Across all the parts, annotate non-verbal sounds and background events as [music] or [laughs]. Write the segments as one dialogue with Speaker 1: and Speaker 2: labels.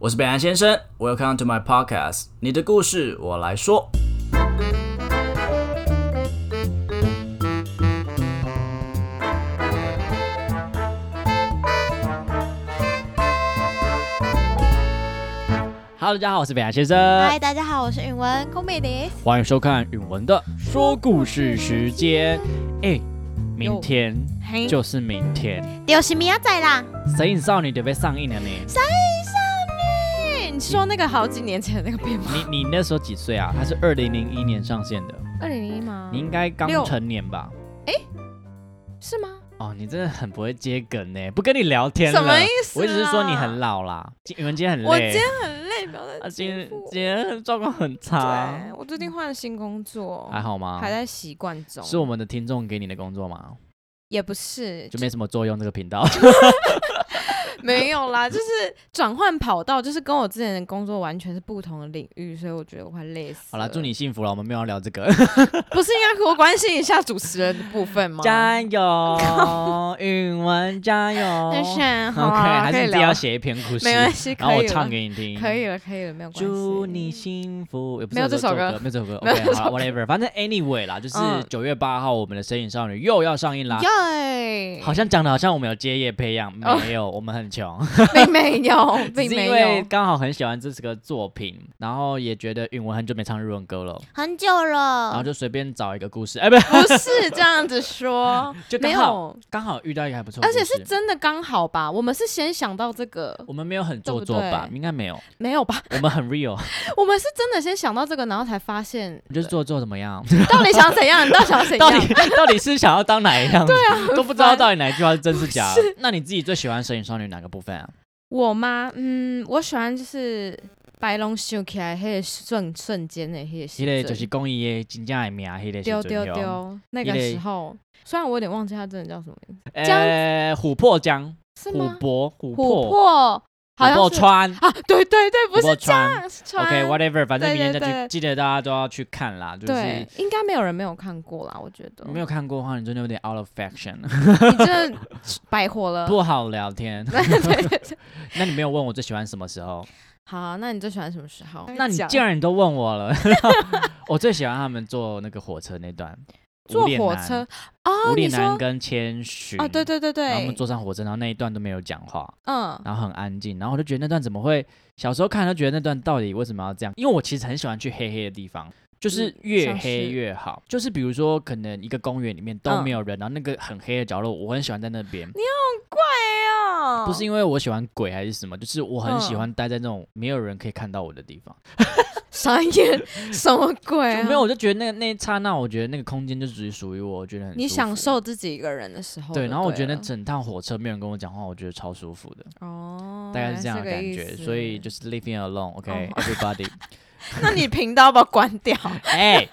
Speaker 1: 我是北岸先生，Welcome to my podcast，你的故事我来说。Hello，大家好，我是北岸先生，
Speaker 2: 嗨，大家好，我是允文，公美迪。
Speaker 1: 欢迎收看允文的说故事时间。哎，明天
Speaker 2: 嘿，
Speaker 1: 就是明天，
Speaker 2: 就是明仔啦。
Speaker 1: 《神隐少女》准备上映了呢。
Speaker 2: 哎，你说那个好几年前的那个
Speaker 3: [laughs]
Speaker 2: 片吗？
Speaker 1: 你你那时候几岁啊？它是二零零一年上线的，
Speaker 2: 二零零一吗
Speaker 1: 你应该刚
Speaker 2: 六
Speaker 1: 成年吧？
Speaker 2: 是吗？
Speaker 1: 哦，你真的很不会接梗呢，不跟你聊天了。
Speaker 2: 什么意思啊
Speaker 1: 我只是说你很老啦，今你们今天很累。
Speaker 2: 我今天很累，不要再
Speaker 1: 啊，今
Speaker 2: 欺
Speaker 1: 天
Speaker 2: 负我
Speaker 1: 今天状况很差，啊
Speaker 2: 对，我最近换了新工作，
Speaker 1: 还好吗
Speaker 2: 还？在习惯中。
Speaker 1: 是我们的听众给你的工作吗？
Speaker 2: 也不是，
Speaker 1: 就没什么作用这个频道。
Speaker 2: 没有啦，就是转换跑道，就是跟我之前的工作完全是不同的领域，所以我觉得我快累死。
Speaker 1: [laughs] 好啦，祝，你幸福了。我们没有要聊这个，
Speaker 2: 不是应该和我关心一下主持人的部分
Speaker 1: [laughs]
Speaker 2: 吗？
Speaker 1: 加油，允文加
Speaker 2: [laughs]
Speaker 1: 油。
Speaker 2: 但是好
Speaker 1: OK，
Speaker 2: 啊
Speaker 1: 还
Speaker 2: 可
Speaker 1: 是
Speaker 2: 以
Speaker 1: 你自己
Speaker 2: 聊
Speaker 1: 要，写一篇故事，
Speaker 2: 没关系，
Speaker 1: 然后
Speaker 2: 可
Speaker 1: 我
Speaker 2: 以
Speaker 1: 唱
Speaker 2: 了，
Speaker 1: 给你听。
Speaker 2: 可以了，可以了，没有关系。
Speaker 1: 祝你幸福，也不是
Speaker 2: 没有这首歌
Speaker 1: 歌，没有这
Speaker 2: [laughs]
Speaker 1: 首歌。
Speaker 2: 没有
Speaker 1: OK，
Speaker 2: 这
Speaker 1: 好了
Speaker 2: 首
Speaker 1: ，whatever，反正 anyway 啦，就是
Speaker 2: 嗯
Speaker 1: 九月八号，我们的《身影少女》又要上映啦。
Speaker 2: 耶，
Speaker 1: 好像讲的好像我们有接业配一样，
Speaker 2: 哦
Speaker 1: 没有，我们很穷，
Speaker 2: 并没
Speaker 1: [laughs]
Speaker 2: 有，
Speaker 1: 只
Speaker 2: 并
Speaker 1: 是
Speaker 2: 没
Speaker 1: 因为
Speaker 2: 有，
Speaker 1: 刚好很喜欢这个作品，然后也觉得允文很久没唱日文歌了，
Speaker 2: 很久
Speaker 1: 然后
Speaker 2: 了，
Speaker 1: 啊就随便找一个故事，
Speaker 2: [laughs]
Speaker 1: 哎，不是，
Speaker 2: 不是这样子说，
Speaker 1: [laughs] 就
Speaker 2: 没
Speaker 1: 刚好
Speaker 2: 有，
Speaker 1: 刚好遇到一个还不错的
Speaker 2: 而
Speaker 1: 故事，
Speaker 2: 且是真的刚好吧？我们是先想到这个，
Speaker 1: 我们没有很做作吧
Speaker 2: 对不？对
Speaker 1: 应该没有，
Speaker 2: 没有吧？
Speaker 1: 我们很
Speaker 2: [laughs]
Speaker 1: real，
Speaker 2: 我们是真的先想到这个，然后才发现，
Speaker 1: 你就是做作怎么样？ [laughs]
Speaker 2: 到底想怎样？你到底想怎
Speaker 1: 到
Speaker 2: 样？
Speaker 1: 底 [laughs] 到底是想要当哪一样？对啊，都不知道
Speaker 2: 烦
Speaker 1: 到底哪一句话是真是假。那你自己最喜欢《神隐少女》哪个部分啊？
Speaker 2: 我吗？嗯，我喜欢就是白龙秀起来，那个瞬瞬间的那个
Speaker 1: 迄
Speaker 2: 时
Speaker 1: 个
Speaker 2: 阵，
Speaker 1: 就是公益的真正的名，迄个
Speaker 2: 丢
Speaker 1: 是
Speaker 2: 丢丢那个
Speaker 1: 那个
Speaker 2: 时候，虽然我有点忘记它真的叫什么名字，
Speaker 1: 呃，琥珀江、
Speaker 2: 是
Speaker 1: 琥
Speaker 2: 吗？
Speaker 1: 珀、琥
Speaker 2: 琥
Speaker 1: 珀、
Speaker 2: 珀，好
Speaker 1: 琥
Speaker 2: 像
Speaker 1: 珀
Speaker 2: 是
Speaker 1: 川、
Speaker 2: 啊，对对对，不
Speaker 1: 琥珀
Speaker 2: 是这
Speaker 1: 川。
Speaker 2: 样，是川。
Speaker 1: OK，whatever，反正
Speaker 2: 对
Speaker 1: 明天
Speaker 2: 对
Speaker 1: 再去，
Speaker 2: 对
Speaker 1: 记得大家都要去看啦。就是
Speaker 2: 对，应该没有人没有看过啦，我觉得
Speaker 1: 没有看过的话，你真的有点 out of
Speaker 2: [laughs]
Speaker 1: fashion，
Speaker 2: 你真的白活了。
Speaker 1: 不好聊天。
Speaker 2: [laughs] 对对对，
Speaker 1: 那你没有问我最喜欢什么时
Speaker 2: [laughs]
Speaker 1: 候？
Speaker 2: 好啊、那你最喜欢什么时
Speaker 1: [laughs]
Speaker 2: 候？
Speaker 1: 那你
Speaker 2: 讲
Speaker 1: 既然你都问我
Speaker 2: [laughs]
Speaker 1: 了， [laughs] 我最喜欢他们坐那个火车那段。
Speaker 2: 坐
Speaker 1: 无脸
Speaker 2: 火
Speaker 1: 男
Speaker 2: 车哦，
Speaker 1: 吴
Speaker 2: 你
Speaker 1: 脸
Speaker 2: 说
Speaker 1: 男跟千寻
Speaker 2: 哦，对对对
Speaker 1: 然后我们
Speaker 2: 对，
Speaker 1: 坐上火车，然后那一段都没有讲话，
Speaker 2: 嗯，
Speaker 1: 然后很安静，然后我就觉得那段怎么会？小时候看就觉得那段到底为什么要这样？因为我其实很喜欢去黑黑的地方，就是
Speaker 2: 嗯
Speaker 1: 越
Speaker 2: 像
Speaker 1: 黑
Speaker 2: 是
Speaker 1: 越好。就是比如说，可能一个公园里面都
Speaker 2: 嗯
Speaker 1: 没有人，然后那个很黑的角落，我很喜欢在那边。
Speaker 2: 哎呦，
Speaker 1: 不是因为我喜欢鬼还是什么，就是我很喜
Speaker 2: 嗯
Speaker 1: 欢待在那种没有人可以看到我的地方。
Speaker 2: 傻眼，什么鬼、啊？
Speaker 1: 就没有，我就觉得那那一刹那，我觉得那个空间就只是属于我，我觉得很
Speaker 2: 你
Speaker 1: 舒
Speaker 2: 享
Speaker 1: 服
Speaker 2: 受自己一个人的时候就
Speaker 1: 对。
Speaker 2: 对了。
Speaker 1: 然后我觉得那整趟火车没有人跟我讲话，我觉得超舒服的。
Speaker 2: 哦，
Speaker 1: 大概是这样的
Speaker 2: 个
Speaker 1: 感
Speaker 2: 意
Speaker 1: 觉，
Speaker 2: 思哦
Speaker 1: 所
Speaker 2: [laughs]
Speaker 1: 以就是 living alone，OK，everybody、
Speaker 2: 那你频道要不要关掉？
Speaker 1: [laughs] 哎，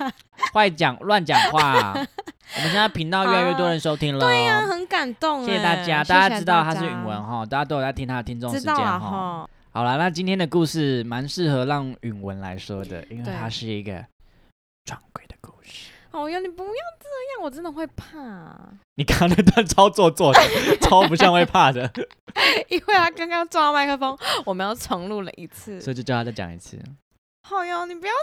Speaker 1: 坏讲乱讲话、我们现在频道越来越多人收听了，对
Speaker 2: 那很感动哎，
Speaker 1: 谢谢大家，
Speaker 2: 谢
Speaker 1: 大家
Speaker 2: 谢
Speaker 1: 知道
Speaker 2: 大
Speaker 1: 他是
Speaker 2: 家
Speaker 1: 允文哈，大家都有在听他的听众时
Speaker 2: 知
Speaker 1: 间
Speaker 2: 道了
Speaker 1: 哈。
Speaker 2: 哈。
Speaker 1: 好了，那今天的故事蛮适合让允文来说的，因为
Speaker 2: 对
Speaker 1: 它是一个撞鬼的故事。
Speaker 2: 哦哟，你不要这样，我真的会怕、 [laughs]
Speaker 1: 你刚刚那段超做作的， [laughs] 超不像会怕的，
Speaker 2: 因为他刚刚撞到麦克风，我们要重录了一次。
Speaker 1: 所以就叫他再讲一次。 [laughs]
Speaker 2: 好哟，你不要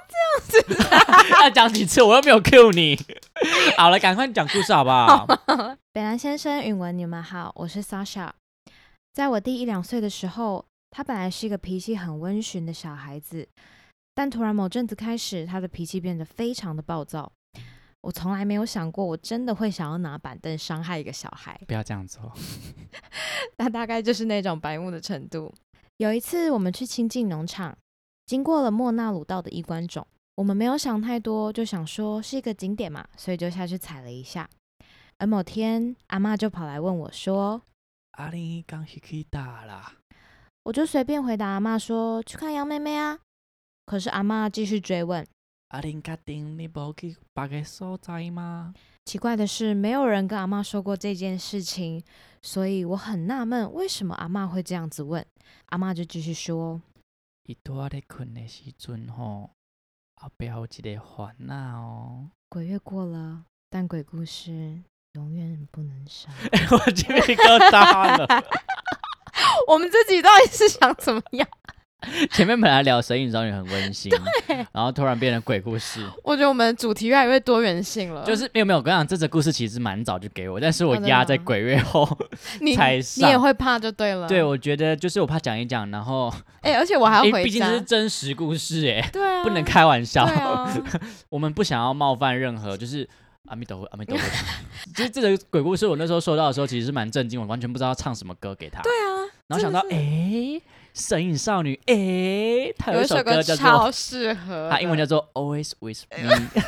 Speaker 1: 要讲几次？我又没有 cue 你。 [laughs] 好了，赶快讲故事好不
Speaker 2: [laughs]
Speaker 1: 好？
Speaker 2: 北兰先生、允文，你们好，我是 Sasha。在我弟一两岁的时候，他本来是一个脾气很温驯的小孩子，但突然某阵子开始，他的脾气变得非常的暴躁。我从来没有想过，我真的会想要拿板凳伤害一个小孩。 [laughs]
Speaker 1: 不要这样做。
Speaker 2: 那大概就是那种白目的程度。有一次我们去清境农场，经过了莫纳鲁道的衣冠冢，我们没有想太多，就想说是一个景点嘛，所以就下去踩了一下。而某天，阿嬷就跑来问我说，
Speaker 1: 阿玲刚是啊去打啦，
Speaker 2: 我就随便回答阿嬷说去看杨妹妹啊。可是阿嬷继续追问，
Speaker 1: 阿玲决定你无去别个所在吗？
Speaker 2: 奇怪的是，没有人跟阿嬷说过这件事情，所以我很纳闷，为什么阿嬷会这样子问？阿嬷就继续说，
Speaker 1: 伊拄仔咧困的时阵吼，后壁有一个烦恼 [laughs] 哦。
Speaker 2: 鬼月过了，但鬼故事永远不能 [laughs] 少。
Speaker 1: [laughs] 我鸡皮疙瘩了。
Speaker 2: 我们自己到底是想怎么样？
Speaker 1: 前面本来聊《神隐少女》很温馨，然后突然变成鬼故事， [laughs]
Speaker 2: 我觉得我们主题越来越多元性了。
Speaker 1: 就是没有没有。我跟你讲，这则故事其实蛮早就给我，但是我
Speaker 2: 哦真的
Speaker 1: 压在
Speaker 2: 吗
Speaker 1: 鬼月 [laughs] 后。
Speaker 2: 你
Speaker 1: 才
Speaker 2: 你也
Speaker 1: 上
Speaker 2: 会怕就对了。
Speaker 1: 对，我觉得就是我怕讲一讲，然后
Speaker 2: 哎、而且我还要
Speaker 1: 因
Speaker 2: 回
Speaker 1: 为毕竟
Speaker 2: 家
Speaker 1: 这是。真实故事哎、 [laughs]
Speaker 2: 对啊，
Speaker 1: 不能开玩笑。
Speaker 2: 对
Speaker 1: [laughs]
Speaker 2: 啊，
Speaker 1: 我们不想要冒犯任何，就是阿弥陀佛，阿弥陀佛。其实这个鬼故事，我那时候收到的时候，其实是蛮震惊，我完全不知道要唱什么歌给他。对啊，然后想到，哎、神隐少女》，哎，他
Speaker 2: 有
Speaker 1: 有
Speaker 2: 一
Speaker 1: 一
Speaker 2: 首
Speaker 1: 首
Speaker 2: 歌
Speaker 1: 歌叫做，
Speaker 2: 超适合的，
Speaker 1: 他英文叫做《Always With Me》，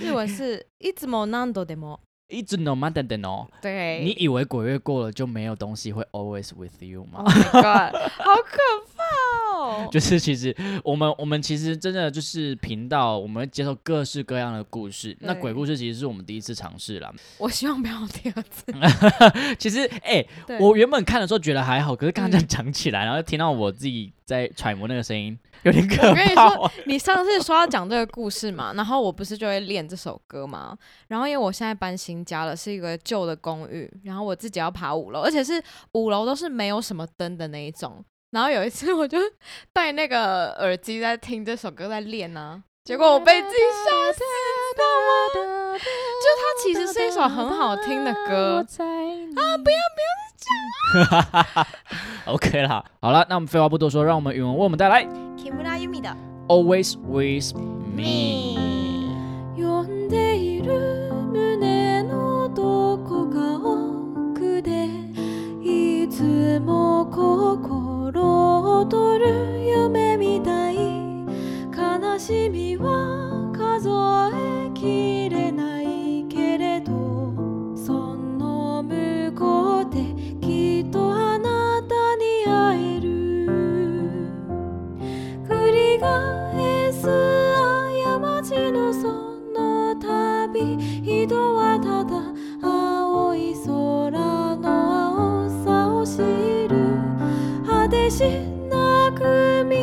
Speaker 3: 日文是いつも何度でも。
Speaker 1: 一直 no matter the no。
Speaker 2: 对，
Speaker 1: 哦你以为鬼月过了就没有东西会 Always with you 吗
Speaker 2: Oh？my god，好可怕哦！
Speaker 1: [laughs] 就是其实我们我们其实真的就是频道，我们会接受各式各样的故事。那
Speaker 2: 对
Speaker 1: 鬼故事其实是我们第一次尝试啦。
Speaker 2: 我希望不要第二次。
Speaker 1: 其实哎、
Speaker 2: [laughs] 对
Speaker 1: 我原本看的时候觉得还好，可是刚刚这
Speaker 2: 嗯
Speaker 1: 样讲起来，然后听到我自己在揣摩那个声音，有点可
Speaker 2: 我跟你
Speaker 1: 怕
Speaker 2: 说
Speaker 1: 哦。
Speaker 2: 你上次说要讲这个故事嘛，然后我不是就会练这首歌嘛。然后因为我现在搬新家了，是一个旧的公寓，然后我自己要爬五楼，而且是五楼都是没有什么灯的那一种。然后有一次我就戴那个耳机在听这首歌在练呢、结果我被自己吓死，你知道吗？ [laughs] 就它其实是一首很好听的歌，
Speaker 3: 啊，不
Speaker 1: [laughs] OK 啦，好了，那我们废话不多说，让我们语文为我们带来
Speaker 3: 木村由美的。
Speaker 1: Always with me。
Speaker 3: 呼んでいる胸のどこか奥でいつも心躍る夢みたい悲しみは数えきれないけれどその向こうできっとあなたに会える繰り返す過ちのその旅人はただ青い空の青さを知る果てしなく道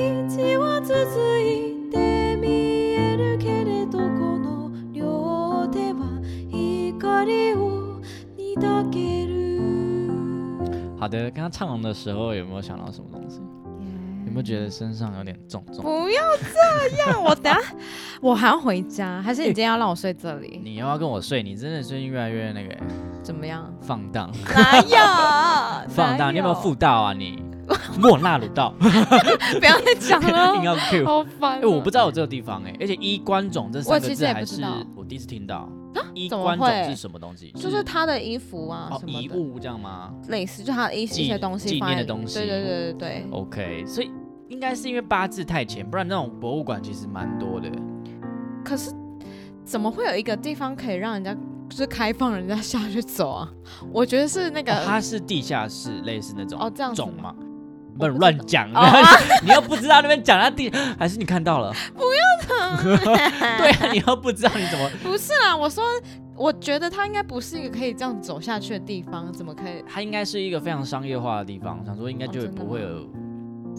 Speaker 3: は続いて見えるけれどこの両手は光をに抱ける
Speaker 1: 好的，刚刚唱红的时候有没有想到什么东西？有没有觉得身上有点重重？
Speaker 2: 不要这样，我等下 [laughs] 我还要回家，还是你今天要让我睡这里？ [laughs]
Speaker 1: 你要不要跟我睡？你真的最近越来越那个欸
Speaker 2: 怎么样？
Speaker 1: 放荡，
Speaker 2: 哪
Speaker 1: [laughs]
Speaker 2: 有？
Speaker 1: 放
Speaker 2: 哪
Speaker 1: 荡，你有没有妇道啊
Speaker 2: [laughs]
Speaker 1: 你？莫那鲁道， [laughs]
Speaker 2: 不要再讲
Speaker 1: 硬
Speaker 2: 了，
Speaker 1: 要 Q。
Speaker 2: 好
Speaker 1: [laughs]
Speaker 2: 烦
Speaker 1: 哎、
Speaker 2: 哦。
Speaker 1: 我不知道有这个地方哎、而且衣冠冢这
Speaker 2: 我
Speaker 1: 三个
Speaker 2: 其实
Speaker 1: 字
Speaker 2: 也
Speaker 1: 还
Speaker 2: 不知
Speaker 1: 是
Speaker 2: 道啊
Speaker 1: 我第一次听到。衣
Speaker 2: 怎么
Speaker 1: 冠
Speaker 2: 会
Speaker 1: 冢是什么东西？
Speaker 2: 就是他的衣服啊，
Speaker 1: 哦
Speaker 2: 什，么
Speaker 1: 遗
Speaker 2: 的，
Speaker 1: 物这样吗
Speaker 2: 类似就他的一一
Speaker 1: 纪
Speaker 2: 些东西
Speaker 1: 纪
Speaker 2: 放在
Speaker 1: 念的
Speaker 2: 里
Speaker 1: 东西
Speaker 2: 对对对对对。
Speaker 1: ？OK，所以应该是因为八字太浅，不然那种博物馆其实蛮多的。
Speaker 2: 可是怎么会有一个地方可以让人家就是开放人家下去走啊？ [laughs] 我觉得是那个
Speaker 1: 哦、它是地下室，类似那种
Speaker 2: 呃哦这样子
Speaker 1: 种
Speaker 2: 吗
Speaker 1: 嘛。不能乱讲，
Speaker 2: 哦啊
Speaker 1: [laughs] 你又不知道那边讲他地，还是你看
Speaker 2: [laughs]
Speaker 1: 到了？ [laughs] 对啊，你又不知道你怎么，
Speaker 2: 不是啦，我说我觉得他应该不是一个可以这样走下去的地方，怎么可以？
Speaker 1: 它应该是一个非常商业化的地方，想说应该
Speaker 2: 哦
Speaker 1: 就
Speaker 2: 真的
Speaker 1: 不会
Speaker 2: 吗
Speaker 1: 有，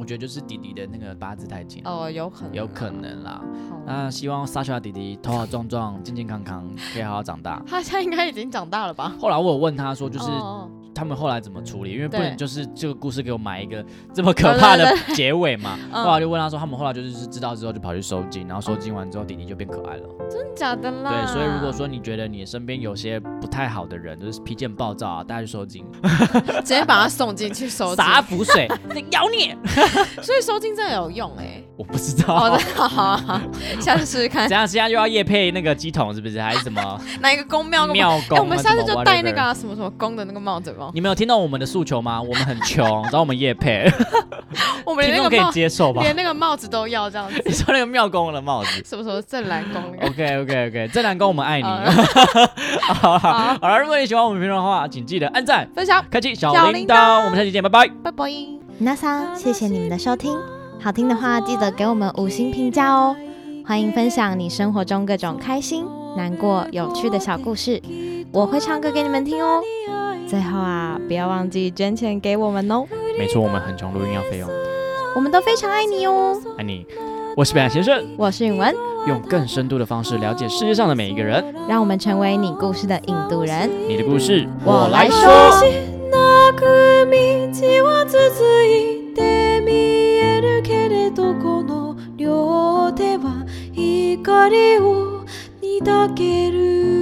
Speaker 1: 我觉得就是弟弟的那个八字太浅，
Speaker 2: 哦，有可能，
Speaker 1: 有可。能啊啦。
Speaker 2: 好啦
Speaker 1: 那希望沙丘的弟弟头好壮壮、健健康康，可以好好长大。
Speaker 2: 他现在应该已经长大了吧？
Speaker 1: 后来我有问他说，就是
Speaker 2: 嗯哦
Speaker 1: 他们后来怎么处理，因为不
Speaker 2: 对哦
Speaker 1: 能就是这个故事给我买一个这么可怕的
Speaker 2: 对
Speaker 1: 结尾嘛。
Speaker 2: 嗯
Speaker 1: 后来就问他说，他们后来就是知道之后就跑去收金，然后收金完之后弟弟就变可爱了。
Speaker 2: 真假的啦。
Speaker 1: 对，所以如果说你觉得你身边有些不太好的人，就是脾气很暴躁啊，大家去收金，
Speaker 2: [laughs] 直接把他送进去收金，
Speaker 1: 洒符水，
Speaker 2: [laughs]
Speaker 1: 妖孽，
Speaker 2: 所以收金真的有用哎、
Speaker 1: [laughs] 我不知
Speaker 2: 好
Speaker 1: 道
Speaker 2: 的。，好好好，下次试试
Speaker 1: [laughs]
Speaker 2: 看
Speaker 1: 怎样？现在又要夜配那个鸡桶是不是？还是什
Speaker 2: [laughs]
Speaker 1: 么
Speaker 2: 哪一个公庙。哎、
Speaker 1: 庙公啊？
Speaker 2: 我们下次
Speaker 1: 什
Speaker 2: 就
Speaker 1: 么
Speaker 2: 戴那个
Speaker 1: whatever
Speaker 2: 啊、什么什么公的那个帽子吗？
Speaker 1: 你们有听到我们的诉求
Speaker 2: [laughs]
Speaker 1: 吗？我们很穷，找我们夜配，
Speaker 2: 我们
Speaker 1: 听
Speaker 2: 连
Speaker 1: 众
Speaker 2: 那
Speaker 1: 可
Speaker 2: 个
Speaker 1: 以
Speaker 2: 帽，
Speaker 1: 接受吧？
Speaker 2: 连那个帽子都要这样子，
Speaker 1: [laughs] 你说那个妙公的帽子
Speaker 2: 什么什么正蓝公呃那个。
Speaker 1: ？OK OK OK，正南公我们哦爱你。
Speaker 2: 好
Speaker 1: 好 [laughs] 啦
Speaker 2: 好
Speaker 1: 好了，如果你喜欢我们评论的话，请记得按赞、
Speaker 2: 分享，
Speaker 1: 开启小
Speaker 2: 小
Speaker 1: 铃
Speaker 2: 铃铛
Speaker 1: 铛。我们下期见，拜拜。
Speaker 2: 拜拜。
Speaker 3: 那桑，谢谢你们的收听，好听的话记得给我们五星评价哦。欢迎分享你生活中各种开心、难过、有趣的小故事，我会唱歌给你们听哦。最后啊，不要忘记捐钱给我们哦，
Speaker 1: 没错，我们很穷，录音要费用，
Speaker 3: 我们都非常爱你哦。
Speaker 1: 爱你。我是北岸先生，
Speaker 3: 我是允文，
Speaker 1: 用更深度的方式了解世界上的每一个人。
Speaker 3: 让我们成为你故事的引渡人。
Speaker 1: 你的故事，
Speaker 3: 我来
Speaker 1: 说。
Speaker 3: しなく道は続いて見ようでは怒りをにだける